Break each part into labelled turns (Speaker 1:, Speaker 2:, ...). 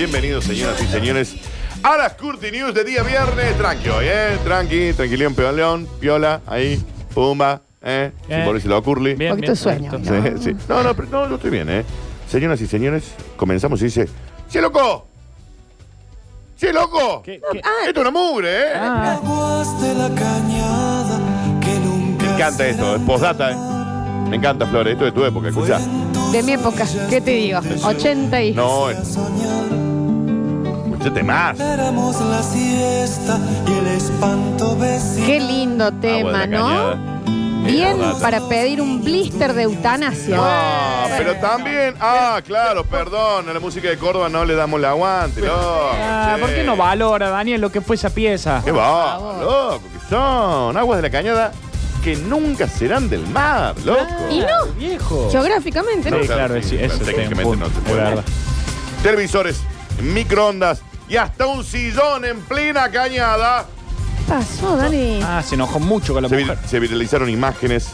Speaker 1: Bienvenidos, señoras y señores, a las Curti News de día viernes. Tranqui hoy, ¿eh? Tranqui, tranquilón, peón piola, ahí, pumba, ¿eh?
Speaker 2: Eh.
Speaker 1: Si por ahí se lo curly.
Speaker 2: Bien,
Speaker 3: Poquito
Speaker 2: bien,
Speaker 3: sueño,
Speaker 2: perfecto.
Speaker 1: Sí, sí. No, no, pero- no, yo estoy bien, ¿eh? Señoras y señores, comenzamos y dice: ¡Sí, loco! ¡Sí, loco!
Speaker 4: Ah,
Speaker 2: ¿Qué- qué-
Speaker 1: Esto es una mugre, ¿eh?
Speaker 2: Ah,
Speaker 4: Aguas de la cañada que nunca.
Speaker 1: Me encanta esto, es postdata, ¿eh? Me encanta, Flores, esto es tu época, escucha.
Speaker 3: De mi época, ¿qué te digo? 80 y...
Speaker 1: No, es-
Speaker 4: Soñar,
Speaker 1: escúchate más.
Speaker 4: éramos la siesta y el espanto vecino.
Speaker 3: Qué lindo tema,
Speaker 1: Agua de Ah, la
Speaker 3: ¿no?
Speaker 1: cañada.
Speaker 3: Bien
Speaker 1: Postdata.
Speaker 3: para pedir un blister de eutanasia.
Speaker 1: No,
Speaker 3: Bueno.
Speaker 1: pero también. Ah, claro, perdón. A la música de Córdoba no le damos el aguante, loco.
Speaker 2: ah,
Speaker 1: che.
Speaker 2: ¿Por qué no valora, Daniel, lo que fue esa pieza?
Speaker 1: ¿Qué va, loco? Que son aguas de la cañada que nunca serán del mar, loco.
Speaker 3: ¿Y no?
Speaker 2: Viejo.
Speaker 3: Geográficamente,
Speaker 1: No,
Speaker 3: ¿no?
Speaker 2: Ah, Sí, claro,
Speaker 1: sí,
Speaker 2: sí,
Speaker 1: claro,
Speaker 2: eso es
Speaker 1: técnicamente
Speaker 2: punto,
Speaker 1: no se
Speaker 2: es
Speaker 1: puede.
Speaker 2: verdad.
Speaker 1: Televisores, microondas y hasta un sillón en plena cañada.
Speaker 3: ¿Qué pasó, Dani?
Speaker 2: Ah, se enojó mucho con la
Speaker 1: Se, vir-
Speaker 2: mujer.
Speaker 1: se viralizaron imágenes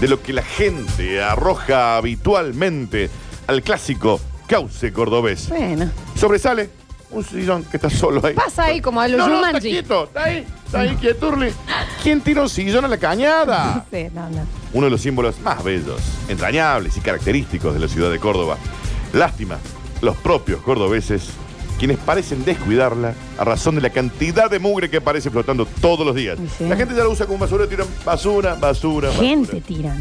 Speaker 1: de lo que la gente arroja habitualmente al clásico cauce cordobés.
Speaker 3: Bueno,
Speaker 1: Sobresale un sillón que está solo ahí.
Speaker 3: pasa ahí como a los
Speaker 1: No, no, está
Speaker 3: Jumanji.
Speaker 1: quieto, está ahí, está ahí quieturli. ¿Quién tira un sillón a la cañada?
Speaker 3: Sí, no, no.
Speaker 1: Uno de los símbolos más bellos, entrañables y característicos de la ciudad de Córdoba. Lástima, los propios cordobeses, quienes parecen descuidarla a razón de la cantidad de mugre que aparece flotando todos los días.
Speaker 3: Y sí.
Speaker 1: La gente ya lo usa como basura, tiran basura, basura, basura.
Speaker 3: Gente tiran.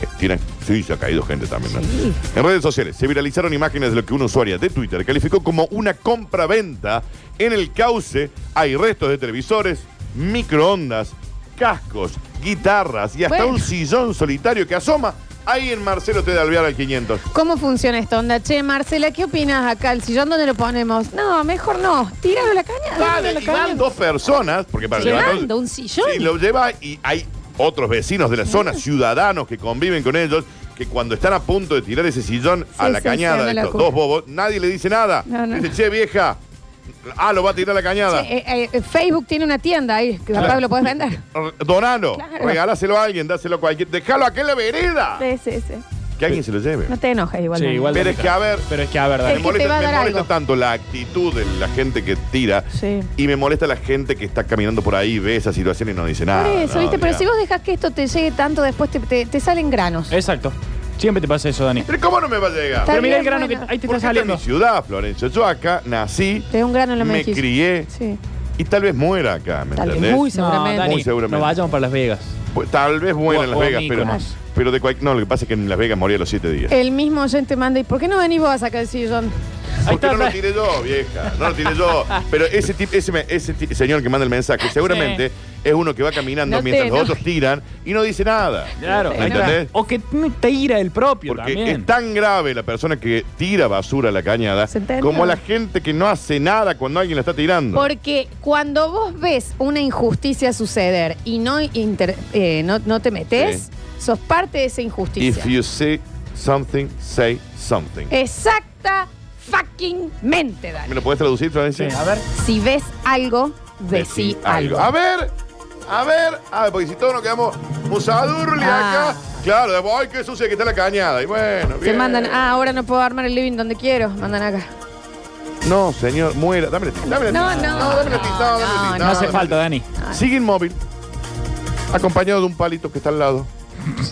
Speaker 1: Que tiran- Sí, se ha caído gente también. ¿no?
Speaker 3: Sí.
Speaker 1: En redes sociales se viralizaron imágenes de lo que una usuaria de Twitter calificó como una compra-venta. En el cauce hay restos de televisores, microondas, cascos, guitarras y hasta
Speaker 3: Bueno.
Speaker 1: un sillón solitario que asoma ahí en Marcelo T. de Alvear al 500.
Speaker 3: ¿Cómo funciona esto, onda? Che, Marcela, ¿qué opinas acá? ¿El sillón dónde lo ponemos? No, mejor no. Tíralo a la caña. tíralo a
Speaker 1: Vale,
Speaker 3: la
Speaker 1: y
Speaker 3: caña.
Speaker 1: van dos personas, porque para levantar-
Speaker 3: Llevando un sillón. Ah.
Speaker 1: Sí, lo lleva y hay otros vecinos de la zona, ciudadanos que conviven con ellos, que cuando están a punto de tirar ese sillón a
Speaker 3: Sí,
Speaker 1: la
Speaker 3: sí,
Speaker 1: cañada
Speaker 3: sí,
Speaker 1: de
Speaker 3: una
Speaker 1: estos
Speaker 3: locura.
Speaker 1: dos bobos, nadie le dice nada.
Speaker 3: No, no.
Speaker 1: Dice, che, vieja, ah, lo va a tirar a la cañada.
Speaker 3: Che, eh, eh, Facebook tiene una tienda ahí, que capaz lo podés vender.
Speaker 1: R- Donalo,
Speaker 3: Claro.
Speaker 1: regaláselo a alguien, dáselo a cualquier. Déjalo aquí en la vereda.
Speaker 3: Sí, sí, sí.
Speaker 1: Que alguien se lo lleve.
Speaker 3: No te enojes igual.
Speaker 2: Sí,
Speaker 3: Dani.
Speaker 2: igual.
Speaker 1: Pero es que, a ver,
Speaker 2: Pero es que, a ver,
Speaker 1: me
Speaker 3: El
Speaker 2: Daniel.
Speaker 3: que te
Speaker 1: molesta,
Speaker 3: va a
Speaker 1: me
Speaker 3: dar
Speaker 1: molesta
Speaker 3: algo.
Speaker 1: tanto la actitud de la gente que tira
Speaker 3: Sí.
Speaker 1: y me molesta la gente que está caminando por ahí, ve esa situación y no dice nada.
Speaker 3: Por eso,
Speaker 1: no,
Speaker 3: ¿viste? Pero
Speaker 1: mira.
Speaker 3: si vos dejas que esto te llegue tanto, después te, te- te salen granos.
Speaker 2: Exacto. Siempre te pasa eso, Dani.
Speaker 1: Pero ¿Cómo no me va a llegar?
Speaker 2: Pero mira el
Speaker 3: bien,
Speaker 2: grano
Speaker 3: bueno.
Speaker 2: que ahí te
Speaker 1: Porque
Speaker 2: está
Speaker 1: esta
Speaker 2: saliendo.
Speaker 1: es mi ciudad, Florencia. Yo acá nací,
Speaker 3: Te da un grano en la
Speaker 1: me
Speaker 3: mejilla.
Speaker 1: crié
Speaker 3: Sí.
Speaker 1: y tal vez muera acá, ¿me
Speaker 3: Tal vez,
Speaker 1: entendés?
Speaker 3: muy seguramente.
Speaker 2: No, Dani,
Speaker 1: Muy seguramente.
Speaker 2: no vayamos para Las Vegas.
Speaker 1: Pues, tal vez muera
Speaker 2: O-
Speaker 1: en Las
Speaker 2: o
Speaker 1: Vegas, pero,
Speaker 2: Mykonos.
Speaker 1: pero de cual- No, lo que pasa es que en Las Vegas moría a los siete días.
Speaker 3: El mismo oyente manda, ¿y por qué no venís vos a sacar el sillón?
Speaker 2: Ahí
Speaker 1: Porque
Speaker 2: está,
Speaker 1: no lo
Speaker 2: Dani.
Speaker 1: tiré yo, vieja. No lo tiré yo. Pero ese, tip- ese, me- ese ti- señor que manda el mensaje seguramente es uno que va caminando
Speaker 3: No
Speaker 1: mientras
Speaker 3: te
Speaker 1: los
Speaker 3: enojes.
Speaker 1: otros tiran y no dice nada.
Speaker 2: Claro,
Speaker 1: ¿Me
Speaker 2: ahí está.
Speaker 1: entendés?
Speaker 2: O que te ira el propio
Speaker 1: Porque
Speaker 2: también.
Speaker 1: es tan grave la persona que tira basura a la cañada
Speaker 3: ¿Se entiende?
Speaker 1: como la gente que no hace nada cuando alguien la está tirando.
Speaker 3: Porque cuando vos ves una injusticia suceder y no, inter- eh, no, no te metes,
Speaker 1: Sí.
Speaker 3: sos parte de esa
Speaker 1: If
Speaker 3: injusticia.
Speaker 1: you see something, say something.
Speaker 3: Eh, Exacta fucking mente,
Speaker 1: ¿Me
Speaker 3: Dani.
Speaker 1: lo puedes traducir,
Speaker 2: Sí,
Speaker 1: Florencia?
Speaker 2: a ver.
Speaker 3: Si ves algo,
Speaker 1: Decí Ah,
Speaker 3: decí algo.
Speaker 1: A ver, a ver, a ver, porque si todos nos quedamos musadurli
Speaker 3: Ah.
Speaker 1: acá. Claro, de- ay, qué sucia que está la cañada. Y bueno,
Speaker 3: Te
Speaker 1: bien.
Speaker 3: mandan, ah, ahora no puedo armar el living donde quiero. Mandan acá.
Speaker 1: No, señor, muera. Dame la tiza, dame la
Speaker 3: No,
Speaker 1: tiza.
Speaker 3: no,
Speaker 1: dame la
Speaker 3: no,
Speaker 1: tiza, dame la
Speaker 3: no,
Speaker 1: tiza,
Speaker 3: no.
Speaker 2: No hace
Speaker 1: dame
Speaker 2: falta,
Speaker 1: la
Speaker 2: Dani.
Speaker 1: tiza. Sigue inmóvil, acompañado de un palito que está al lado.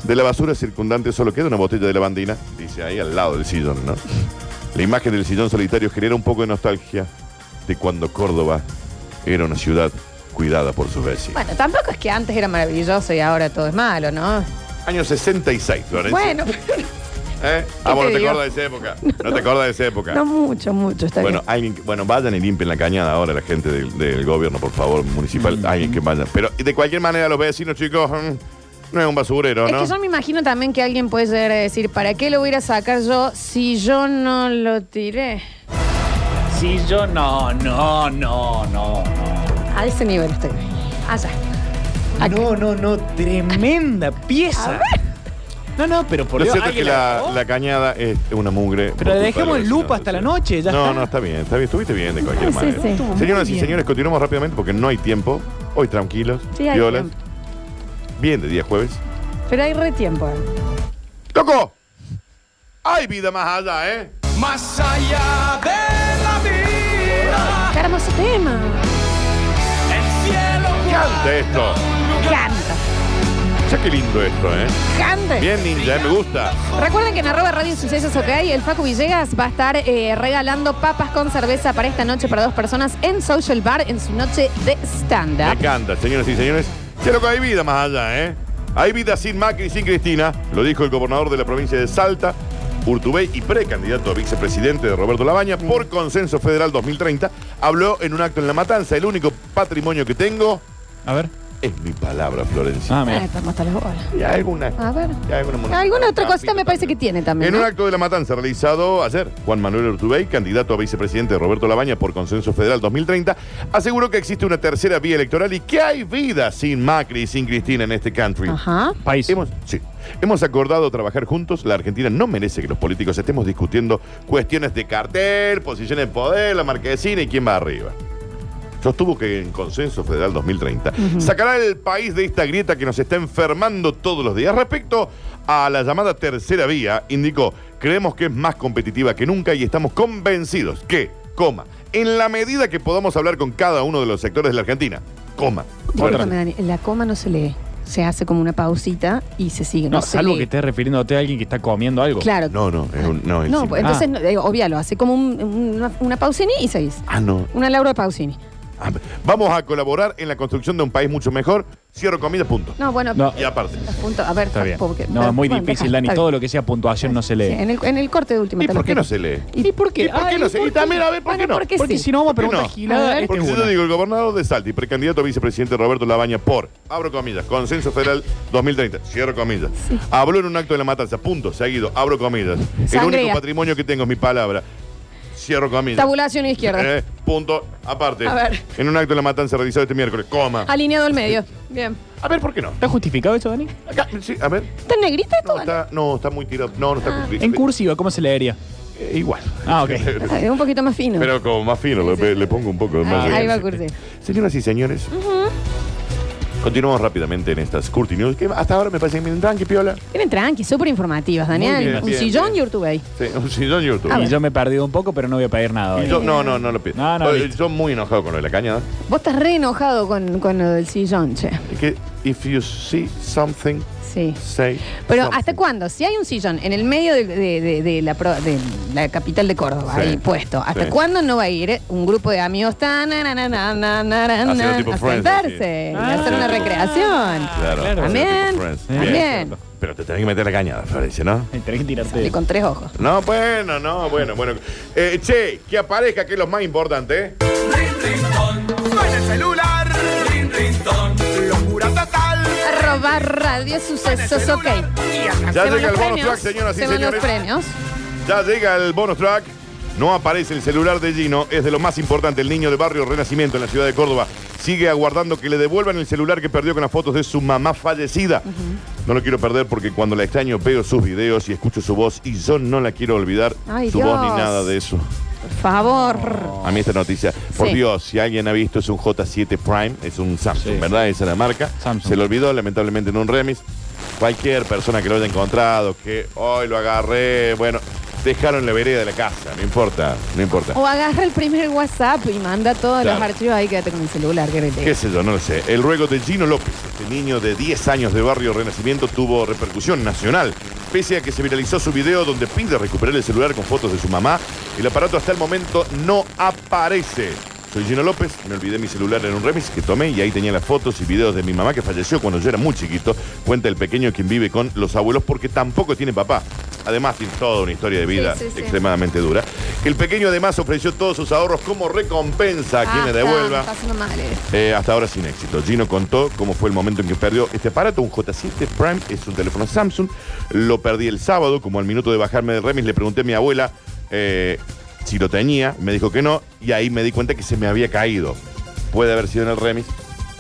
Speaker 1: De la basura circundante solo queda una botella de lavandina, dice ahí al lado del sillón, ¿no? La imagen del sillón solitario genera un poco de nostalgia de cuando Córdoba era una ciudad cuidada por sus vecinos.
Speaker 3: Bueno, tampoco es que antes era maravilloso y ahora todo es malo, ¿no?
Speaker 1: Año 66, Florencia.
Speaker 3: Bueno,
Speaker 1: ¿Eh? Ah, vos no
Speaker 3: te
Speaker 1: te
Speaker 3: digo?
Speaker 1: acordás de esa época. No, te acordás de esa época.
Speaker 3: no mucho, mucho. Está
Speaker 1: bueno,
Speaker 3: bien.
Speaker 1: alguien, que- bueno, vayan y limpien la cañada ahora, la gente del, del gobierno, por favor, municipal.
Speaker 3: Mm.
Speaker 1: Alguien que vaya. Pero de cualquier manera, los vecinos, chicos, mm, no es un basurero, ¿no?
Speaker 3: Es que yo me imagino también que alguien puede llegar a decir, ¿para qué lo voy a ir a sacar yo si yo no lo tiré?
Speaker 2: Si yo no, no, no, no.
Speaker 3: A ese nivel estoy. Allá.
Speaker 2: No, no, no, no. Tremenda pieza. No, no, pero por
Speaker 1: Lo
Speaker 2: Dios,
Speaker 1: cierto es que
Speaker 2: ¿alguien
Speaker 1: la,
Speaker 2: grabó?
Speaker 1: la cañada es una mugre. por
Speaker 2: Pero
Speaker 1: culpa
Speaker 2: le
Speaker 1: de
Speaker 2: dejemos
Speaker 1: los
Speaker 2: el loop
Speaker 1: vecinos,
Speaker 2: hasta la
Speaker 1: sí.
Speaker 2: noche, ya
Speaker 1: No,
Speaker 2: está.
Speaker 1: no, está bien, está bien, estuviste bien de cualquier
Speaker 3: Sí,
Speaker 1: manera.
Speaker 3: sí. Estuvo
Speaker 2: muy
Speaker 1: Señoras y
Speaker 2: bien.
Speaker 1: señores, continuamos rápidamente porque no hay tiempo. Hoy tranquilos,
Speaker 3: Sí, hay
Speaker 1: violas.
Speaker 3: tiempo.
Speaker 1: Bien de día jueves.
Speaker 3: Pero hay re tiempo. ¿eh?
Speaker 1: ¡Loco! Hay vida más allá, ¿eh?
Speaker 4: Más allá de la vida.
Speaker 3: tema.
Speaker 1: Canta esto.
Speaker 3: Canta.
Speaker 1: Ya qué lindo esto, ¿eh?
Speaker 3: Canta.
Speaker 1: Bien ninja, ¿eh? me gusta.
Speaker 3: Recuerden que en arroba Radio Sucesos OK, el Facu Villegas va a estar eh, regalando papas con cerveza para esta noche para dos personas en Social Bar en su noche de
Speaker 1: Me
Speaker 3: stand-up.
Speaker 1: encanta, señoras y señores. Che, loco, hay vida más allá, ¿eh? Hay vida sin Macri y sin Cristina, lo dijo el gobernador de la provincia de Salta, Urtubey y precandidato a vicepresidente de Roberto Labaña
Speaker 3: Mm.
Speaker 1: por Consenso Federal 2030. Habló en un acto en La Matanza. El único patrimonio que tengo
Speaker 2: A ver.
Speaker 1: es mi palabra, Florencia.
Speaker 2: Ah,
Speaker 3: Ay,
Speaker 2: mira.
Speaker 3: estamos hasta las bolas.
Speaker 1: Y alguna.
Speaker 3: A ver.
Speaker 1: y alguna,
Speaker 3: Alguna otra cosita me parece que tiene también.
Speaker 1: En un
Speaker 3: ¿no?
Speaker 1: acto de la matanza realizado ayer, Juan Manuel Urtubey, candidato a vicepresidente de Roberto Labaña por Consenso Federal 2030, aseguró que existe una tercera vía electoral y que hay vida sin Macri y sin Cristina en este country.
Speaker 3: Ajá.
Speaker 2: País.
Speaker 1: Hemos, sí. Hemos acordado trabajar juntos. La Argentina no merece que los políticos estemos discutiendo cuestiones de cartel, posición en poder, la marquesina y quién va arriba. Sostuvo que en Consenso Federal 2030 sacará el país de esta grieta que nos está enfermando todos los días. Respecto a la llamada tercera vía, indicó, creemos que es más competitiva que nunca y estamos convencidos que, coma, en la medida que podamos hablar con cada uno de los sectores de la Argentina, coma.
Speaker 3: Discúlpame, Dani, la coma no se lee. Se hace como una pausita y se sigue.
Speaker 2: No,
Speaker 3: se
Speaker 2: salvo
Speaker 3: lee.
Speaker 2: que estés refiriéndote a alguien que está comiendo algo.
Speaker 3: Claro.
Speaker 1: No, no, es un- no, es
Speaker 3: No,
Speaker 1: sí.
Speaker 3: pues,
Speaker 2: Ah.
Speaker 3: entonces, no, eh, obvialo, hace como un- un- una, una pausini y seguís.
Speaker 1: Ah, no,
Speaker 3: Una Laura Pausini.
Speaker 1: Ah, Vamos a colaborar en la construcción de un país mucho mejor. Cierro comillas, punto.
Speaker 3: No, bueno,
Speaker 2: No.
Speaker 1: Y aparte.
Speaker 3: punto. A ver,
Speaker 2: Está bien.
Speaker 3: porque-
Speaker 2: No, es muy
Speaker 3: bueno,
Speaker 2: difícil,
Speaker 3: deja,
Speaker 2: Dani.
Speaker 3: está
Speaker 2: Todo
Speaker 3: bien.
Speaker 2: lo que sea puntuación no se
Speaker 3: Sí,
Speaker 2: lee.
Speaker 3: en, el, en el corte de última.
Speaker 1: ¿Y
Speaker 3: te
Speaker 1: por
Speaker 3: lo
Speaker 1: qué no
Speaker 3: explico.
Speaker 1: se lee?
Speaker 2: ¿Y por qué?
Speaker 1: ¿Y por qué
Speaker 2: Ay,
Speaker 1: no se- y también, a ver, ¿por qué
Speaker 3: Bueno,
Speaker 1: no?
Speaker 3: porque
Speaker 2: Porque
Speaker 3: sí.
Speaker 2: si no vamos a
Speaker 1: ¿Por qué
Speaker 2: preguntar
Speaker 1: no?
Speaker 2: gilada,
Speaker 3: A ver.
Speaker 2: este
Speaker 1: Porque
Speaker 2: es
Speaker 1: si yo
Speaker 2: uno.
Speaker 1: digo el gobernador de Salta y precandidato a vicepresidente Roberto Labaña por, abro comillas, Consenso Federal 2030, cierro comillas, habló en un acto de la matanza, punto, seguido, abro comillas. El
Speaker 3: Sangría.
Speaker 1: único patrimonio que tengo es mi palabra, cierro comillas.
Speaker 3: Tabulación izquierda.
Speaker 1: Eh, punto, aparte.
Speaker 3: A ver.
Speaker 1: En un acto de la matanza realizado este miércoles, coma.
Speaker 3: Alineado al medio. Bien.
Speaker 1: A ver, ¿por qué no?
Speaker 2: ¿Está justificado eso, Dani?
Speaker 1: Acá, sí, a ver.
Speaker 3: ¿Está en negrita esto?
Speaker 1: No, está, no, está muy tirado. No, no está
Speaker 2: En cursiva, ¿cómo se leería?
Speaker 1: Eh, Igual.
Speaker 2: Ah, ok.
Speaker 3: Ah, Es un poquito más fino.
Speaker 1: Pero como más fino, lo- le pongo un poco más.
Speaker 3: Ah,
Speaker 1: de-
Speaker 3: ahí va a ocurrir.
Speaker 1: Señoras y señores, continuamos rápidamente en estas Curti News, que hasta ahora me parecen bien tranqui, piola.
Speaker 3: Tienen tranqui, súper informativas, Daniel.
Speaker 1: Muy bien,
Speaker 3: un
Speaker 1: bien,
Speaker 3: sillón
Speaker 1: bien.
Speaker 3: y Urtubey.
Speaker 1: Sí, un sillón y YouTube.
Speaker 3: A
Speaker 2: Y
Speaker 3: ver.
Speaker 2: yo me he perdido un poco, pero no voy a pedir nada
Speaker 1: Y
Speaker 2: hoy.
Speaker 1: yo- no, no, no lo pido.
Speaker 2: No, no,
Speaker 1: Estoy-
Speaker 2: listo.
Speaker 1: Yo muy enojado con lo de la caña. ¿eh?
Speaker 3: Vos estás re enojado con, con lo del sillón, che.
Speaker 1: Es que, if you see something,
Speaker 3: Sí.
Speaker 1: say
Speaker 3: Pero
Speaker 1: something.
Speaker 3: ¿hasta cuándo? Si hay un sillón en el medio de, de- de- de la, pro- de la capital de Córdoba,
Speaker 1: Sí.
Speaker 3: ahí puesto, ¿hasta
Speaker 1: Sí.
Speaker 3: cuándo no va a ir eh, un grupo de amigos tan, na, na, na, na, na, na, na,
Speaker 1: Haciendo
Speaker 3: na,
Speaker 1: tipo
Speaker 3: a
Speaker 1: Friends,
Speaker 3: sentarse
Speaker 1: así.
Speaker 3: y
Speaker 2: Ah.
Speaker 3: hacer
Speaker 1: Haciendo
Speaker 3: una
Speaker 1: tipo-
Speaker 3: recreación?
Speaker 1: Claro, hacer
Speaker 2: Claro.
Speaker 3: Amén,
Speaker 1: tipo Friends.
Speaker 3: amén.
Speaker 1: Bien. Pero te tenés que meter la cañada, Florencia, ¿no?
Speaker 2: Tenés que
Speaker 3: Y
Speaker 2: tirarte.
Speaker 3: con tres ojos.
Speaker 1: No, bueno, no, bueno, bueno. Eh, che, que aparezca, que es lo más importante. ¿eh?
Speaker 5: Rin, rin, ton. Suena el celular. Rin, rin, ton. Locura total.
Speaker 3: Arroba Radio Sucesos, ok.
Speaker 1: Ya
Speaker 3: Se van
Speaker 1: llega el
Speaker 3: los
Speaker 1: bonus
Speaker 3: premios,
Speaker 1: track, señoras y
Speaker 3: se van los
Speaker 1: señores.
Speaker 3: premios.
Speaker 1: Ya llega el bonus track. No aparece el celular de Gino, es de lo más importante. El niño de barrio Renacimiento en la ciudad de Córdoba sigue aguardando que le devuelvan el celular que perdió con las fotos de su mamá fallecida. No lo quiero perder porque cuando la extraño veo sus videos y escucho su voz y yo no la quiero olvidar
Speaker 3: Ay,
Speaker 1: su voz ni
Speaker 3: Dios.
Speaker 1: nada de eso.
Speaker 3: Por favor.
Speaker 1: A mí esta noticia, por
Speaker 3: Sí.
Speaker 1: Dios, si alguien ha visto es un J7 Prime, es un Samsung,
Speaker 2: Sí.
Speaker 1: ¿verdad? Esa es la marca.
Speaker 2: Samsung.
Speaker 1: Se lo olvidó lamentablemente en un remis. Cualquier persona que lo haya encontrado, que hoy lo agarré, bueno, dejaron en la vereda de la casa, no importa, no importa.
Speaker 3: O agarra el primer WhatsApp y manda todos
Speaker 1: Claro.
Speaker 3: los archivos ahí, quédate con el celular, que
Speaker 1: Qué sé yo, no lo sé. El ruego de Gino López, este niño de 10 años de barrio Renacimiento, tuvo repercusión nacional. Pese a que se viralizó su video donde pide recuperar el celular con fotos de su mamá, el aparato hasta el momento no aparece. Soy Gino López, me olvidé mi celular en un remis que tomé y ahí tenía las fotos y videos de mi mamá que falleció cuando yo era muy chiquito. Cuenta el pequeño quien vive con los abuelos porque tampoco tiene papá. Además, tiene toda una historia de vida
Speaker 3: Sí, sí, sí.
Speaker 1: extremadamente dura. El pequeño además ofreció todos sus ahorros como recompensa a
Speaker 3: Ah,
Speaker 1: quien le devuelva.
Speaker 3: Está haciendo mal. eh.
Speaker 1: Eh, hasta ahora sin éxito. Gino contó cómo fue el momento en que perdió este aparato, un J7 Prime, es un teléfono Samsung. Lo perdí el sábado, como al minuto de bajarme del remis le pregunté a mi abuela eh, si lo tenía, me dijo que no, y ahí me di cuenta que se me había caído. Puede haber sido en el remis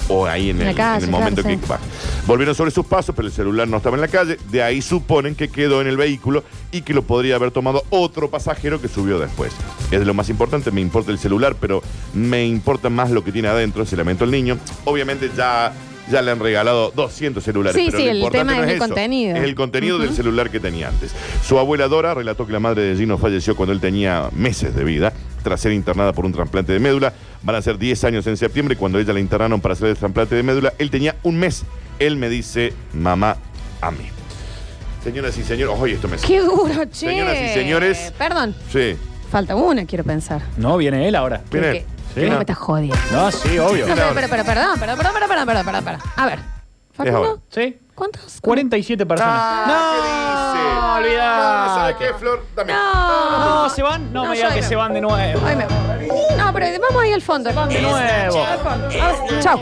Speaker 1: o ahí en,
Speaker 3: En la
Speaker 1: el,
Speaker 3: calle,
Speaker 1: en el
Speaker 3: claro,
Speaker 1: momento
Speaker 3: sí.
Speaker 1: que baja. Volvieron sobre sus pasos, pero el celular no estaba en la calle. De ahí suponen que quedó en el vehículo y que lo podría haber tomado otro pasajero que subió después. Es de lo más importante, me importa el celular, pero me importa más lo que tiene adentro, se lamentó el niño. Obviamente ya, ya le han regalado 200 celulares.
Speaker 3: Sí,
Speaker 1: pero
Speaker 3: sí,
Speaker 1: lo
Speaker 3: el
Speaker 1: importante
Speaker 3: tema
Speaker 1: no
Speaker 3: es el
Speaker 1: eso,
Speaker 3: contenido.
Speaker 1: Es el contenido del celular que tenía antes. Su abuela Dora relató que la madre de Gino falleció cuando él tenía meses de vida. tras ser internada por un trasplante de médula. Van a ser 10 años en septiembre. Cuando ella la internaron para hacer el trasplante de médula, él tenía un mes. Él me dice, mamá, a mí. Señoras y señores, oye, esto me
Speaker 3: Qué duro, che. Eh,
Speaker 1: Señoras y señores.
Speaker 3: Perdón.
Speaker 1: Sí.
Speaker 3: Falta una, quiero pensar.
Speaker 2: No, viene él ahora.
Speaker 1: Viene
Speaker 3: Creo
Speaker 1: él.
Speaker 3: que-
Speaker 1: Sí.
Speaker 3: No me estás jodiendo.
Speaker 2: No, sí, obvio.
Speaker 3: No, pero,
Speaker 1: ahora.
Speaker 3: pero, pero, perdón, perdón, perdón, perdón, perdón, perdón, perdón, perdón. A ver.
Speaker 1: ahora.
Speaker 3: Facundo,
Speaker 2: Sí.
Speaker 3: ¿cuántos?
Speaker 2: 47 personas.
Speaker 1: Ah,
Speaker 2: no,
Speaker 1: ¿qué dice?
Speaker 2: olvidá.
Speaker 1: No, ¿Sabe qué, Flor? Dame.
Speaker 2: No, se van. No,
Speaker 3: No,
Speaker 2: me digan
Speaker 3: yo
Speaker 2: que
Speaker 3: no.
Speaker 2: se van de nuevo.
Speaker 3: Ay, me voy. No, pero vamos ahí al fondo. al fondo.
Speaker 2: De nuevo.
Speaker 3: Al fondo. A ver, Chau.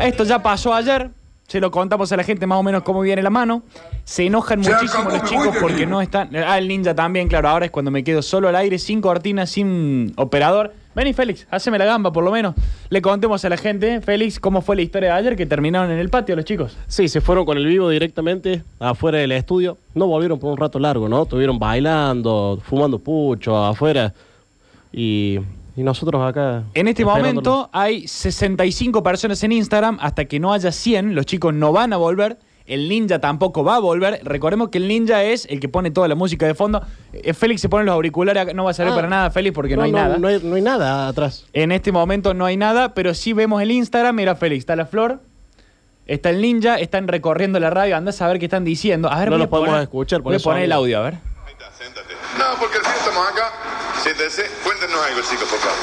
Speaker 2: Esto ya pasó ayer. Se lo contamos a la gente más o menos cómo viene la mano. Se enojan
Speaker 5: Ya
Speaker 2: muchísimo
Speaker 5: acabó,
Speaker 2: los
Speaker 5: me
Speaker 2: chicos
Speaker 5: voy de
Speaker 2: porque
Speaker 5: aquí.
Speaker 2: no están. Ah, el ninja también, claro. Ahora es cuando me quedo solo al aire, sin cortina, sin operador. Vení, Félix, haceme la gamba por lo menos. Le contemos a la gente, ¿eh? Félix, cómo fue la historia de ayer que terminaron en el patio los chicos.
Speaker 6: Sí, se fueron con el vivo directamente afuera del estudio. No volvieron por un rato largo, ¿no? Estuvieron bailando, fumando pucho afuera. Y, y nosotros acá.
Speaker 2: En este
Speaker 6: esperándolos.
Speaker 2: momento hay 65 personas en Instagram. Hasta que no haya 100, los chicos no van a volver. El ninja tampoco va a volver. Recordemos que el ninja es el que pone toda la música de fondo. Eh, Félix se pone los auriculares. acá. No va a salir
Speaker 6: Ah.
Speaker 2: para nada, Félix, porque no, hay nada.
Speaker 6: No hay, no hay nada atrás.
Speaker 2: En este momento no hay nada, pero sí vemos el Instagram. Mira, Félix, está la flor. Está el ninja, están recorriendo la radio, anda a saber qué están diciendo. A ver,
Speaker 6: No
Speaker 2: voy a
Speaker 6: los podemos
Speaker 2: poner-
Speaker 6: escuchar, por
Speaker 2: Voy a
Speaker 6: eso
Speaker 2: poner el
Speaker 6: hablo.
Speaker 2: audio, a ver.
Speaker 7: Ahí está, Siéntate. No, porque al fin estamos acá. Siéntense, cuéntenos algo, chicos, por favor.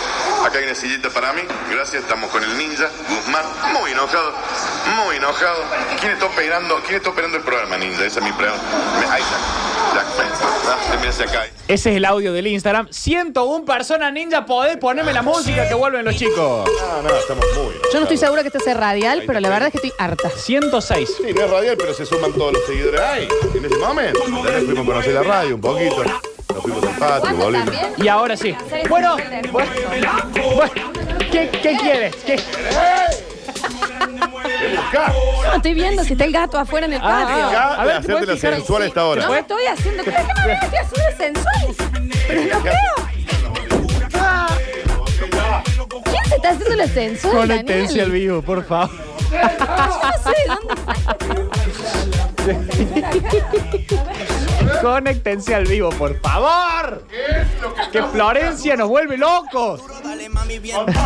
Speaker 7: Acá hay una sillita para mí. Gracias, estamos con el ninja, Guzmán, muy enojado, muy enojado. ¿Quién está operando, quién está operando el programa, ninja? Esa es mi pregunta. Me- Ahí está. Ya, ven. Ah, se me hace acá.
Speaker 2: Ese es el audio del Instagram. 101 personas, ninja, podés ponerme la música que vuelven los chicos.
Speaker 1: No, no, estamos muy.
Speaker 3: Yo no estoy segura que esto sea radial, pero la verdad es que estoy harta.
Speaker 2: 106.
Speaker 1: Sí, no es radial, pero se suman todos los seguidores ahí. En ese momento. Nos fuimos a conocer la radio un poquito. Nos fuimos al patio,
Speaker 3: ¿Cuánto
Speaker 1: volvimos.
Speaker 3: también?
Speaker 2: Y ahora sí. Bueno, bueno, bueno, ¿qué, qué quieres? ¿Qué?
Speaker 1: Buscá.
Speaker 3: No, estoy viendo si está el gato afuera en el
Speaker 2: Ah,
Speaker 3: patio.
Speaker 1: Buscá
Speaker 2: A ver,
Speaker 1: de hacerte
Speaker 2: ¿puedes
Speaker 1: la
Speaker 2: fijar-
Speaker 1: sensual a esta hora.
Speaker 3: No estoy haciendo. ¿Por qué me estoy haciendo sensual? Pero no creo. ¿Quién se está haciendo la sensual?
Speaker 2: Conectense al
Speaker 3: Daniel?
Speaker 2: vivo, por favor.
Speaker 3: Yo no sé dónde está.
Speaker 2: Conectense al vivo, por favor. Que Florencia nos vuelve locos.
Speaker 8: Dale mami bien duro, duro,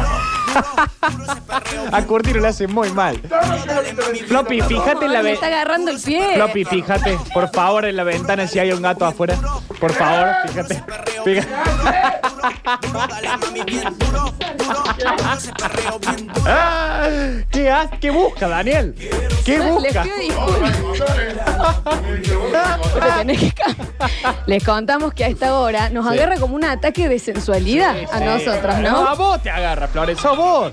Speaker 8: duro ese perreo.
Speaker 2: A Curtino le hace muy mal.
Speaker 8: Dale mami bien
Speaker 2: Floppy, fíjate en la
Speaker 3: Me
Speaker 2: ve-
Speaker 3: está agarrando el pie.
Speaker 2: Floppy, fíjate, por favor, en la ventana si hay un gato afuera. Por favor, fíjate. Fíjate.
Speaker 8: duro, dale mami bien duro, duro, duro ese perreo bien duro.
Speaker 2: Ah, ¿Qué, haz- ¿Qué busca, Daniel? ¿Qué
Speaker 3: Les
Speaker 2: busca?
Speaker 3: pido disculpas. Porque tenés que ca- Les contamos que a esta hora nos agarra como un ataque de sensualidad a nosotros,
Speaker 2: a
Speaker 3: ¿no?
Speaker 2: vos te agarra, Flores, sos vos.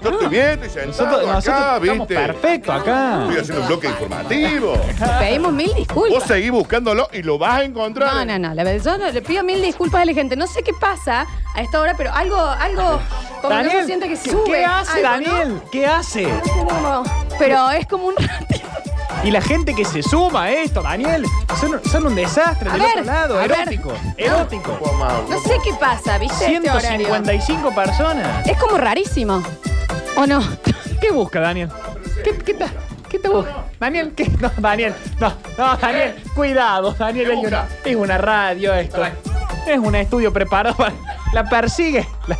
Speaker 1: Yo estoy bien, estoy sentado
Speaker 2: Nosotros,
Speaker 1: acá,
Speaker 2: nosotros estamos
Speaker 1: ¿viste?
Speaker 2: perfecto acá.
Speaker 1: Estoy haciendo un bloque informativo.
Speaker 3: Pedimos mil
Speaker 1: Vos
Speaker 3: disculpas.
Speaker 1: seguís buscándolo y lo vas a encontrar.
Speaker 3: No, no, no. La verdad, yo no- le pido mil disculpas a la gente. No sé qué pasa a esta hora, pero algo, algo, como que uno siente que
Speaker 2: ¿qué-
Speaker 3: sube.
Speaker 2: ¿qué hace,
Speaker 3: algo, ¿no?
Speaker 2: Daniel? ¿Qué hace?
Speaker 3: Como- Pero es como un ratito.
Speaker 2: Y la gente que se suma a esto, Daniel, son, son un desastre
Speaker 3: A
Speaker 2: del
Speaker 3: ver,
Speaker 2: otro lado.
Speaker 3: a ver.
Speaker 2: Erótico, erótico.
Speaker 3: No sé qué pasa, ¿viste? Este horario.
Speaker 2: 155 personas.
Speaker 3: Es como rarísimo. ¿O no?
Speaker 2: ¿Qué busca, Daniel? ¿Qué, qué, ta- qué te busca? Daniel, ¿qué? No, Daniel, no, no, Daniel, cuidado, Daniel, es una, es una radio esto. Es un estudio preparado para. La persigue. La-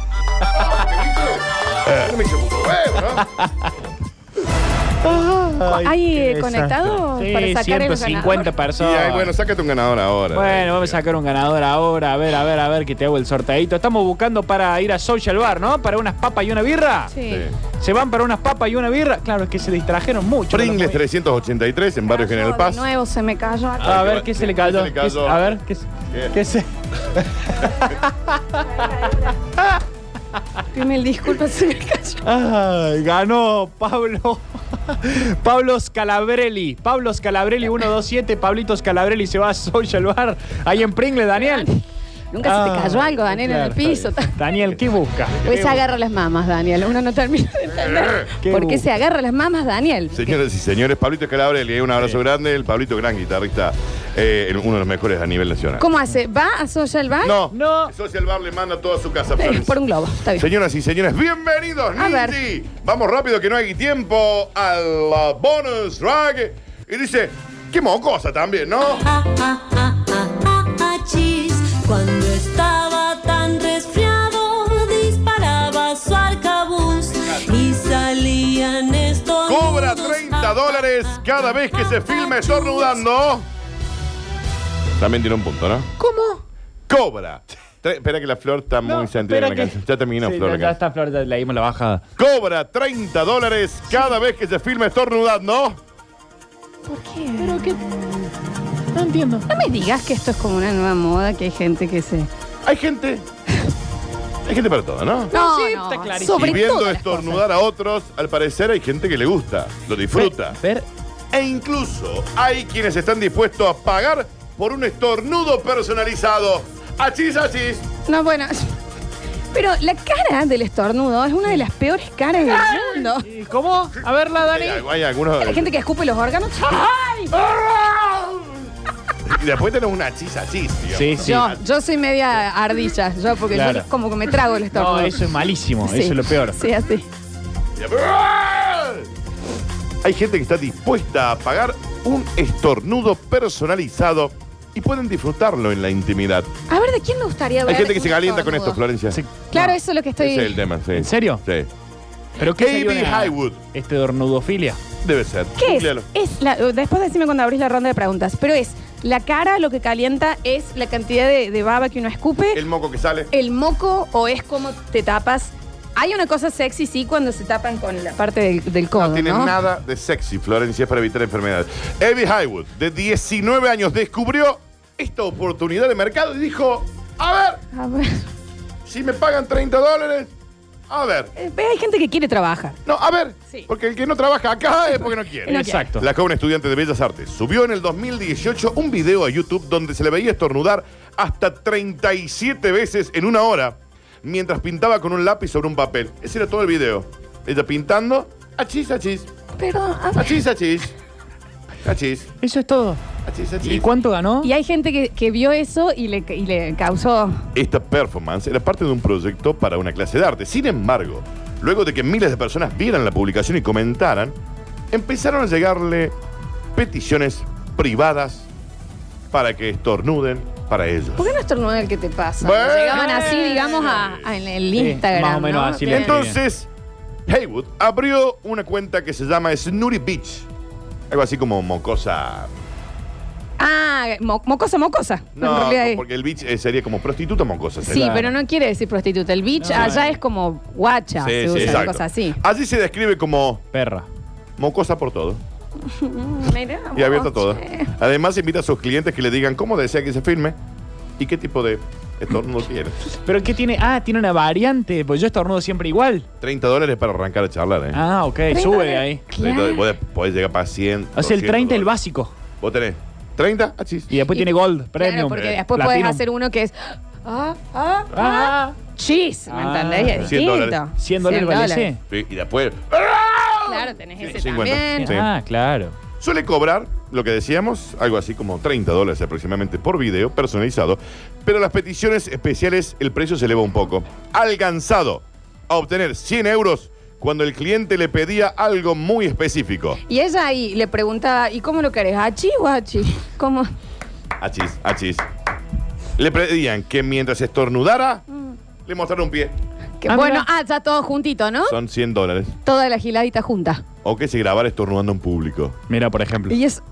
Speaker 1: Eh, No me hice mucho huevo, ¿no?
Speaker 2: Ay,
Speaker 3: ¿Hay
Speaker 2: qué
Speaker 3: eh,
Speaker 2: desastre.
Speaker 3: conectado
Speaker 2: Sí,
Speaker 3: para sacar el
Speaker 2: 150
Speaker 3: ganador?
Speaker 1: Y
Speaker 2: personas.
Speaker 1: ahí, bueno, sácate un ganador ahora. eh.
Speaker 2: Bueno, vamos a sacar un ganador ahora. A ver, a ver, a ver, que te hago el sorteadito. Estamos buscando para ir a Social Bar, ¿no? Para unas papas y una birra.
Speaker 3: Sí.
Speaker 1: Sí.
Speaker 2: Se van para unas papas y una birra. Claro, es que se distrajeron mucho.
Speaker 1: Pringles 383 en Barrio General
Speaker 3: De
Speaker 1: Paz.
Speaker 3: nuevo se me cayó acá.
Speaker 2: A ver, ¿qué se le cayó?
Speaker 1: Ah, ¿Qué se le cayó?
Speaker 2: ¿Qué- A ver, ¿qué, se-
Speaker 1: Bien.
Speaker 2: qué se...? Ah.
Speaker 3: Dime el disculpa se me cayó.
Speaker 2: Ay, ganó Pablo. Pablo Scalabrelli. Pablo Scalabrelli 127. Pablito Scalabrelli se va a Social Bar. Ahí en Pringle, Daniel.
Speaker 3: Nunca se te
Speaker 2: Ah,
Speaker 3: cayó algo, Daniel, en
Speaker 2: claro,
Speaker 3: el piso.
Speaker 2: está bien. Daniel, ¿qué busca?
Speaker 3: Pues se agarra las mamas, Daniel. Uno no termina de entender.
Speaker 2: Qué
Speaker 3: ¿Por qué
Speaker 2: bu-
Speaker 3: se agarra las mamas, Daniel?
Speaker 1: Señoras y Eh, señores, Pablito Calabrelli, un abrazo grande. El Pablito, gran guitarrista, eh, el- uno de los mejores a nivel nacional.
Speaker 3: ¿Cómo hace? ¿Va a Social Bar?
Speaker 1: No,
Speaker 2: No.
Speaker 1: El Social Bar le manda todo a su casa,
Speaker 3: Eh,
Speaker 1: Florencia.
Speaker 3: Por un globo, está bien.
Speaker 1: Señoras y señores, bienvenidos,
Speaker 3: A ver.
Speaker 1: Ninji. Vamos rápido, que no hay tiempo, al uh, bonus drag. Y dice, qué mocosa también, ¿no?
Speaker 9: Ah, ah, ah, ah, ah, ah, chis. Cuando estaba tan resfriado,
Speaker 1: señores, cada vez que se filma estornudando. También tiene un punto, ¿no?
Speaker 2: ¿Cómo?
Speaker 1: Cobra. Tre- espera que la flor está muy sentida en la canción. Ya terminó,
Speaker 2: Sí,
Speaker 1: Flor.
Speaker 2: ya-
Speaker 1: la
Speaker 2: Ya
Speaker 1: canción.
Speaker 2: está, Flor, ya leímos la bajada.
Speaker 1: Cobra 30 dólares cada vez que se filma estornudando.
Speaker 10: ¿Por qué?
Speaker 2: Pero que. No entiendo.
Speaker 3: No me digas que esto es como una nueva moda, que hay gente que se...
Speaker 1: Hay gente. Hay gente para todo, ¿no?
Speaker 10: No,
Speaker 2: Sí,
Speaker 10: no,
Speaker 2: está clarísimo.
Speaker 1: Y
Speaker 10: sobre
Speaker 1: viendo
Speaker 10: todas las
Speaker 1: estornudar a otros, al parecer hay gente que le gusta, lo disfruta.
Speaker 2: Ver,
Speaker 1: E incluso hay quienes están dispuestos a pagar por un estornudo personalizado. Achis, achis.
Speaker 3: No, bueno... Pero la cara del estornudo es una de las peores caras del mundo.
Speaker 2: ¿y ¿Cómo? A verla, Dani.
Speaker 1: Eh, Hay algunos.
Speaker 3: Hay gente que escupe los órganos.
Speaker 1: Y después tenemos un achis, achis. digamos,
Speaker 2: Sí,
Speaker 1: ¿no?
Speaker 2: sí.
Speaker 3: Yo, yo soy media ardilla, yo porque
Speaker 2: Claro.
Speaker 3: yo como que me trago el estornudo.
Speaker 2: No, eso es malísimo.
Speaker 3: Sí.
Speaker 2: Eso es lo peor.
Speaker 3: Sí, así.
Speaker 1: Y después- Hay gente que está dispuesta a pagar un estornudo personalizado y pueden disfrutarlo en la intimidad.
Speaker 10: A ver, ¿de quién me gustaría ver?
Speaker 1: Hay gente que se
Speaker 10: un
Speaker 1: calienta con esto,
Speaker 10: estornudo?
Speaker 1: Florencia.
Speaker 2: Sí.
Speaker 3: Claro, eso es lo que estoy...
Speaker 1: Ese es el tema, sí.
Speaker 2: ¿En serio?
Speaker 1: Sí.
Speaker 2: ¿Pero qué sería
Speaker 1: KB
Speaker 2: una-
Speaker 1: Highwood.
Speaker 2: Este de hornudofilia.
Speaker 1: Debe ser.
Speaker 3: ¿Qué es?
Speaker 1: Googlealo.
Speaker 3: es la- eh, después decime cuando abrís la ronda de preguntas, pero es la cara lo que calienta es la cantidad de, de baba que uno escupe,
Speaker 1: El
Speaker 3: el,
Speaker 1: moco que sale.
Speaker 3: moco o es como te tapas. Hay una cosa sexy, sí, cuando se tapan con la parte del, del codo,
Speaker 1: No
Speaker 3: ¿no?
Speaker 1: tiene nada de sexy, Florencia, es para evitar enfermedades. Abby Highwood, de 19 años, descubrió esta oportunidad de mercado y dijo, a ver,
Speaker 3: A ver,
Speaker 1: si me pagan 30 dólares, a ver.
Speaker 3: eh, ve, hay gente que quiere trabajar.
Speaker 1: No, a ver,
Speaker 3: Sí.
Speaker 1: porque el que no trabaja acá es porque no quiere.
Speaker 3: No
Speaker 2: Exacto.
Speaker 1: La joven estudiante de Bellas Artes subió en el 2018 un video a YouTube donde se le veía estornudar hasta 37 veces en una hora mientras pintaba con un lápiz sobre un papel. Ese era todo el video. Ella pintando, achis, achis,
Speaker 3: Pero, a ver.
Speaker 1: achis, achis, achis,
Speaker 2: Eso es todo.
Speaker 1: achis,
Speaker 2: ¿Y
Speaker 1: achis.
Speaker 2: cuánto ganó?
Speaker 3: Y hay gente que, que vio eso y le, y le causó...
Speaker 1: Esta performance era parte de un proyecto para una clase de arte. Sin embargo, luego de que miles de personas vieran la publicación y comentaran, empezaron a llegarle peticiones privadas para que estornuden para ellos.
Speaker 10: ¿Por qué no estornuda el que te pasa?
Speaker 1: Bueno.
Speaker 10: Llegaban así, digamos, a, a- en el
Speaker 2: Sí,
Speaker 10: Instagram.
Speaker 2: más o menos
Speaker 10: ¿no?
Speaker 2: así le-
Speaker 10: Bien.
Speaker 1: Entonces, Haywood abrió una cuenta que se llama Snooty Beach. Algo así como mocosa.
Speaker 3: Ah, mo- mocosa, mocosa. en
Speaker 1: No,
Speaker 3: realidad es-
Speaker 1: porque el beach eh, sería como prostituta mocosa.
Speaker 3: Sí,
Speaker 1: sería.
Speaker 3: pero no quiere decir prostituta. El bitch
Speaker 2: No,
Speaker 3: allá
Speaker 2: no.
Speaker 3: es como guacha,
Speaker 1: Sí,
Speaker 3: se
Speaker 1: sí,
Speaker 3: usa, una
Speaker 1: exacto.
Speaker 3: cosa así.
Speaker 1: Allí se describe como
Speaker 2: Perra.
Speaker 1: mocosa por todo.
Speaker 3: Mm, Mira,
Speaker 1: Y abierta
Speaker 3: vos,
Speaker 1: toda.
Speaker 3: Oh, che.
Speaker 1: Además, invita a sus clientes que le digan cómo desea que se filme y qué tipo de estornudo quiere.
Speaker 2: ¿Pero qué tiene? Ah, tiene una variante. Pues yo estornudo siempre igual.
Speaker 1: 30 dólares para arrancar a charlar, ¿eh?
Speaker 2: Ah, ok. Sube de ahí.
Speaker 1: 30 dólares, vos podés llegar para 100.
Speaker 2: O sea, el
Speaker 1: 200
Speaker 2: 30 el
Speaker 1: dólares.
Speaker 2: básico.
Speaker 1: Vos tenés ah, 30, achis.
Speaker 2: Y después tiene Gold, Premium.
Speaker 3: Claro, porque después
Speaker 2: puedes
Speaker 3: podés hacer uno que es. Ah, ah,
Speaker 2: Ah,
Speaker 3: chis, ¿me
Speaker 2: Ah.
Speaker 3: entendés? Y es
Speaker 1: 100
Speaker 3: distinto.
Speaker 1: dólares.
Speaker 2: 100 dólares vale ese.
Speaker 1: Sí, Y después. ¡ah!
Speaker 3: Claro, tenés ese
Speaker 1: 50.
Speaker 3: también.
Speaker 1: Sí.
Speaker 2: Ah, claro.
Speaker 1: Suele cobrar, lo que decíamos, algo así como 30 dólares aproximadamente por video personalizado, pero las peticiones especiales el precio se eleva un poco. Alcanzado a obtener 100 euros cuando el cliente le pedía algo muy específico.
Speaker 3: Y ella ahí le preguntaba, ¿y cómo lo querés? ¿Achi o achi? ¿Cómo?
Speaker 1: Achis, achis. Le pedían que mientras estornudara,
Speaker 3: Mm.
Speaker 1: le mostrara un pie.
Speaker 3: Que
Speaker 2: Ah,
Speaker 3: bueno,
Speaker 2: mira.
Speaker 3: ah, ya todo juntito, ¿no?
Speaker 1: Son 100 dólares.
Speaker 3: Toda la giladita junta.
Speaker 1: O que se grabara estornudando en público.
Speaker 2: Mira, por ejemplo.
Speaker 3: Y es.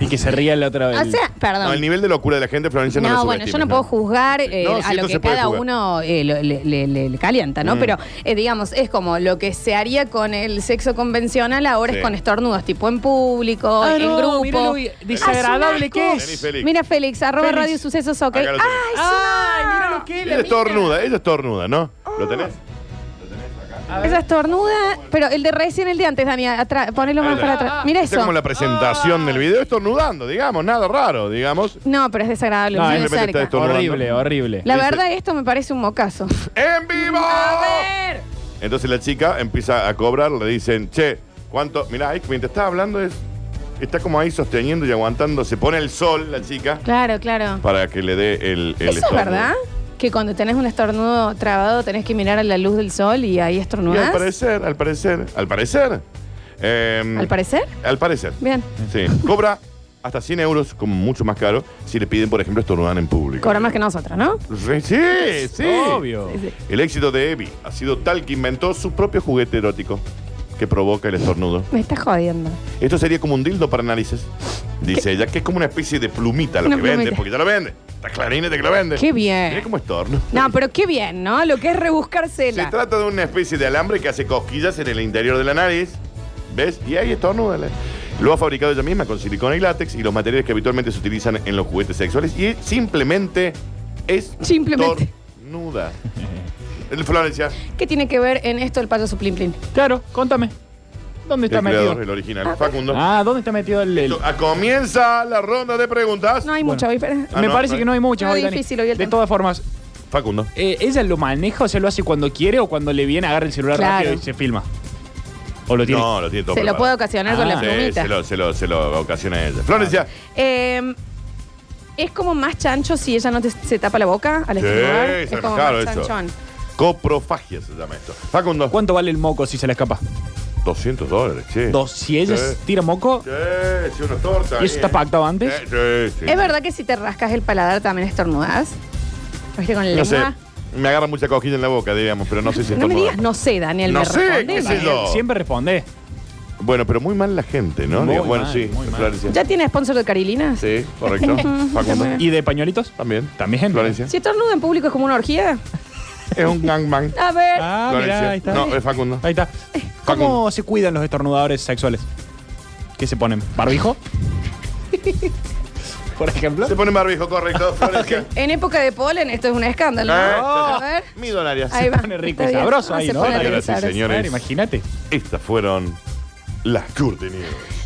Speaker 2: Y que se ría la otra vez.
Speaker 3: O sea, perdón.
Speaker 1: No, el nivel de locura de la gente, Florencia, no,
Speaker 3: No,
Speaker 1: lo
Speaker 3: bueno, yo no
Speaker 1: subestimes,
Speaker 3: puedo juzgar eh,
Speaker 1: No, sí,
Speaker 3: a
Speaker 1: esto
Speaker 3: lo
Speaker 1: se
Speaker 3: que
Speaker 1: puede
Speaker 3: cada
Speaker 1: juzgar.
Speaker 3: uno eh, lo- le, le- le- le calienta, ¿no?
Speaker 1: Mm.
Speaker 3: Pero, eh, digamos, es como lo que se haría con el sexo convencional ahora
Speaker 1: Sí.
Speaker 3: es con estornudos, tipo en público,
Speaker 2: Ah,
Speaker 3: en
Speaker 2: no, mira
Speaker 3: grupo.
Speaker 2: lo desagradable que
Speaker 1: Vení,
Speaker 2: es.
Speaker 1: Feli. Félix.
Speaker 3: Mira, Félix, arroba
Speaker 2: Félix.
Speaker 3: Radio Sucesos, ok.
Speaker 1: Acá lo tenés.
Speaker 3: ¡Ay,
Speaker 2: Ay,
Speaker 3: suena!
Speaker 2: mira lo que es
Speaker 1: Ella
Speaker 2: la
Speaker 1: estornuda, ella estornuda, ¿no?
Speaker 3: Uh.
Speaker 1: ¿Lo tenés?
Speaker 3: Esa estornuda, pero el de recién, el de antes, Dani, atrás, ponelo más
Speaker 1: Ahí
Speaker 3: para
Speaker 1: está.
Speaker 3: atrás. Mira
Speaker 1: Está
Speaker 3: eso.
Speaker 1: como la presentación del video estornudando, digamos, nada raro, digamos.
Speaker 3: No, pero es desagradable,
Speaker 2: No,
Speaker 3: muy de
Speaker 1: simplemente está
Speaker 3: cerca.
Speaker 1: estornudando.
Speaker 2: Horrible, horrible.
Speaker 3: La
Speaker 1: Dice-
Speaker 3: verdad, esto me parece un mocazo.
Speaker 1: ¡En vivo!
Speaker 3: A ver.
Speaker 1: Entonces la chica empieza a cobrar, le dicen, che, ¿cuánto? Mirá, ahí, mientras está hablando, es, está como ahí sosteniendo y aguantando. Se pone el sol la chica
Speaker 3: Claro, claro.
Speaker 1: para que le dé el, el
Speaker 3: ¿Eso es
Speaker 1: estornudo.
Speaker 3: verdad? Que cuando tenés un estornudo trabado tenés que mirar a la luz del sol y ahí
Speaker 1: Y al
Speaker 3: estornudás.
Speaker 1: parecer, al parecer, al parecer. eh,
Speaker 3: ¿Al parecer?
Speaker 1: al parecer.
Speaker 3: Bien.
Speaker 1: Sí. Cobra hasta 100 euros, como mucho más caro, si le piden, por ejemplo, estornudar en público.
Speaker 3: Cobra más que nosotros, ¿no?
Speaker 1: Re- Sí, sí.
Speaker 2: Obvio.
Speaker 1: El éxito de Evi ha sido tal que inventó su propio juguete erótico. que provoca el estornudo.
Speaker 3: Me está jodiendo.
Speaker 1: Esto sería como un dildo para narices. Dice ella, que es como una especie de plumita lo
Speaker 3: Una
Speaker 1: que vende,
Speaker 3: plumita.
Speaker 1: porque ya lo vende. Está clarinete que lo vende.
Speaker 3: Qué bien.
Speaker 1: Mira cómo estorno.
Speaker 3: No, pero qué bien, ¿no? Lo que es
Speaker 1: Se
Speaker 3: rebuscársela.
Speaker 1: trata de una especie de alambre que hace cosquillas en el interior de la nariz. ¿Ves? Y ahí estornuda. Lo ha fabricado ella misma con silicona y látex y los materiales que habitualmente se utilizan en los juguetes sexuales. Y simplemente es
Speaker 3: Simplemente.
Speaker 1: estornuda. El Florencia,
Speaker 3: ¿Qué tiene que ver en esto el payaso Plin Plin?
Speaker 2: Claro, contame. ¿Dónde
Speaker 1: el
Speaker 2: está
Speaker 1: creador,
Speaker 2: metido?
Speaker 1: el original,
Speaker 3: pues.
Speaker 1: Facundo.
Speaker 2: Ah, ¿dónde está metido el.? el-
Speaker 1: Listo, ah, Comienza la ronda de preguntas.
Speaker 3: No hay
Speaker 2: Bueno.
Speaker 3: mucho hoy, pero...
Speaker 1: Ah,
Speaker 2: Me
Speaker 1: no,
Speaker 2: parece
Speaker 1: no.
Speaker 2: que no hay muchas
Speaker 3: No,
Speaker 2: hoy, Dani.
Speaker 3: difícil hoy el
Speaker 2: De
Speaker 3: tema.
Speaker 2: todas formas,
Speaker 1: Facundo.
Speaker 2: eh, ¿ella lo maneja o se lo hace cuando quiere o cuando le viene, agarra el celular
Speaker 3: Claro.
Speaker 2: rápido y se filma? ¿O lo tiene?
Speaker 1: No, lo tiene todo
Speaker 3: Se lo
Speaker 1: preparado.
Speaker 3: puede ocasionar con
Speaker 2: Ah.
Speaker 3: la
Speaker 1: Sí,
Speaker 3: plumita.
Speaker 1: se lo, se lo- se lo ocasiona ella. Florencia.
Speaker 3: Eh, es como más chancho si ella no te- se tapa la boca al
Speaker 1: Sí,
Speaker 3: estornudar.
Speaker 1: se
Speaker 3: Es
Speaker 1: me
Speaker 3: como
Speaker 1: claro
Speaker 3: más
Speaker 1: eso.
Speaker 3: chanchón.
Speaker 1: Coprofagia se llama esto. Facundo.
Speaker 2: ¿Cuánto vale el moco si se le escapa?
Speaker 1: 200 dólares, che.
Speaker 2: Dos. Si ella
Speaker 1: Sí.
Speaker 2: tira moco,
Speaker 1: Che, si unos tortas.
Speaker 2: ¿Y eso está pactado antes?
Speaker 1: Eh, sí, sí.
Speaker 3: ¿Es verdad que si te rascas el paladar también estornudas? ¿Viste con la
Speaker 1: No sé.
Speaker 3: lengua?
Speaker 1: Me agarra mucha cojilla en la boca, digamos, pero no sé si
Speaker 3: No me
Speaker 1: estornuda.
Speaker 3: digas, no sé, Daniel.
Speaker 1: No
Speaker 3: me
Speaker 1: sé,
Speaker 3: responde,
Speaker 1: qué sé
Speaker 3: Daniel.
Speaker 1: yo.
Speaker 2: siempre responde.
Speaker 1: Bueno, pero muy mal la gente, ¿no?
Speaker 2: Muy
Speaker 1: Digo, bueno,
Speaker 2: mal,
Speaker 1: sí,
Speaker 2: muy mal.
Speaker 1: Florencia.
Speaker 3: ¿Ya tiene sponsor de Carilinas?
Speaker 1: Sí, correcto. Facundo.
Speaker 2: ¿Y de pañuelitos?
Speaker 1: También.
Speaker 2: También.
Speaker 1: Florencia.
Speaker 3: Si estornuda en público es como una orgía.
Speaker 1: Es un gangbang.
Speaker 3: A ver.
Speaker 2: Ah,
Speaker 1: Florencia.
Speaker 2: mirá, ahí está.
Speaker 1: No, es Facundo.
Speaker 2: Ahí está. Eh, ¿Cómo se cuidan los estornudadores sexuales? ¿Qué se ponen? ¿Barbijo? Por ejemplo.
Speaker 1: Se pone un barbijo, correcto, Florencia.
Speaker 3: En época de polen esto es un escándalo. ¿no?
Speaker 1: Ah,
Speaker 3: A ver.
Speaker 1: Mi donaria.
Speaker 3: Ahí va.
Speaker 2: pone rico
Speaker 3: Está
Speaker 2: y
Speaker 3: bien.
Speaker 2: sabroso ahí,
Speaker 3: se
Speaker 2: ¿no?
Speaker 3: pone
Speaker 2: Ahí
Speaker 3: rico
Speaker 1: ahora
Speaker 3: y
Speaker 1: sí,
Speaker 3: sabroso.
Speaker 1: señor. señores.
Speaker 2: Claro, imagínate.
Speaker 1: Estas fueron las Curti News.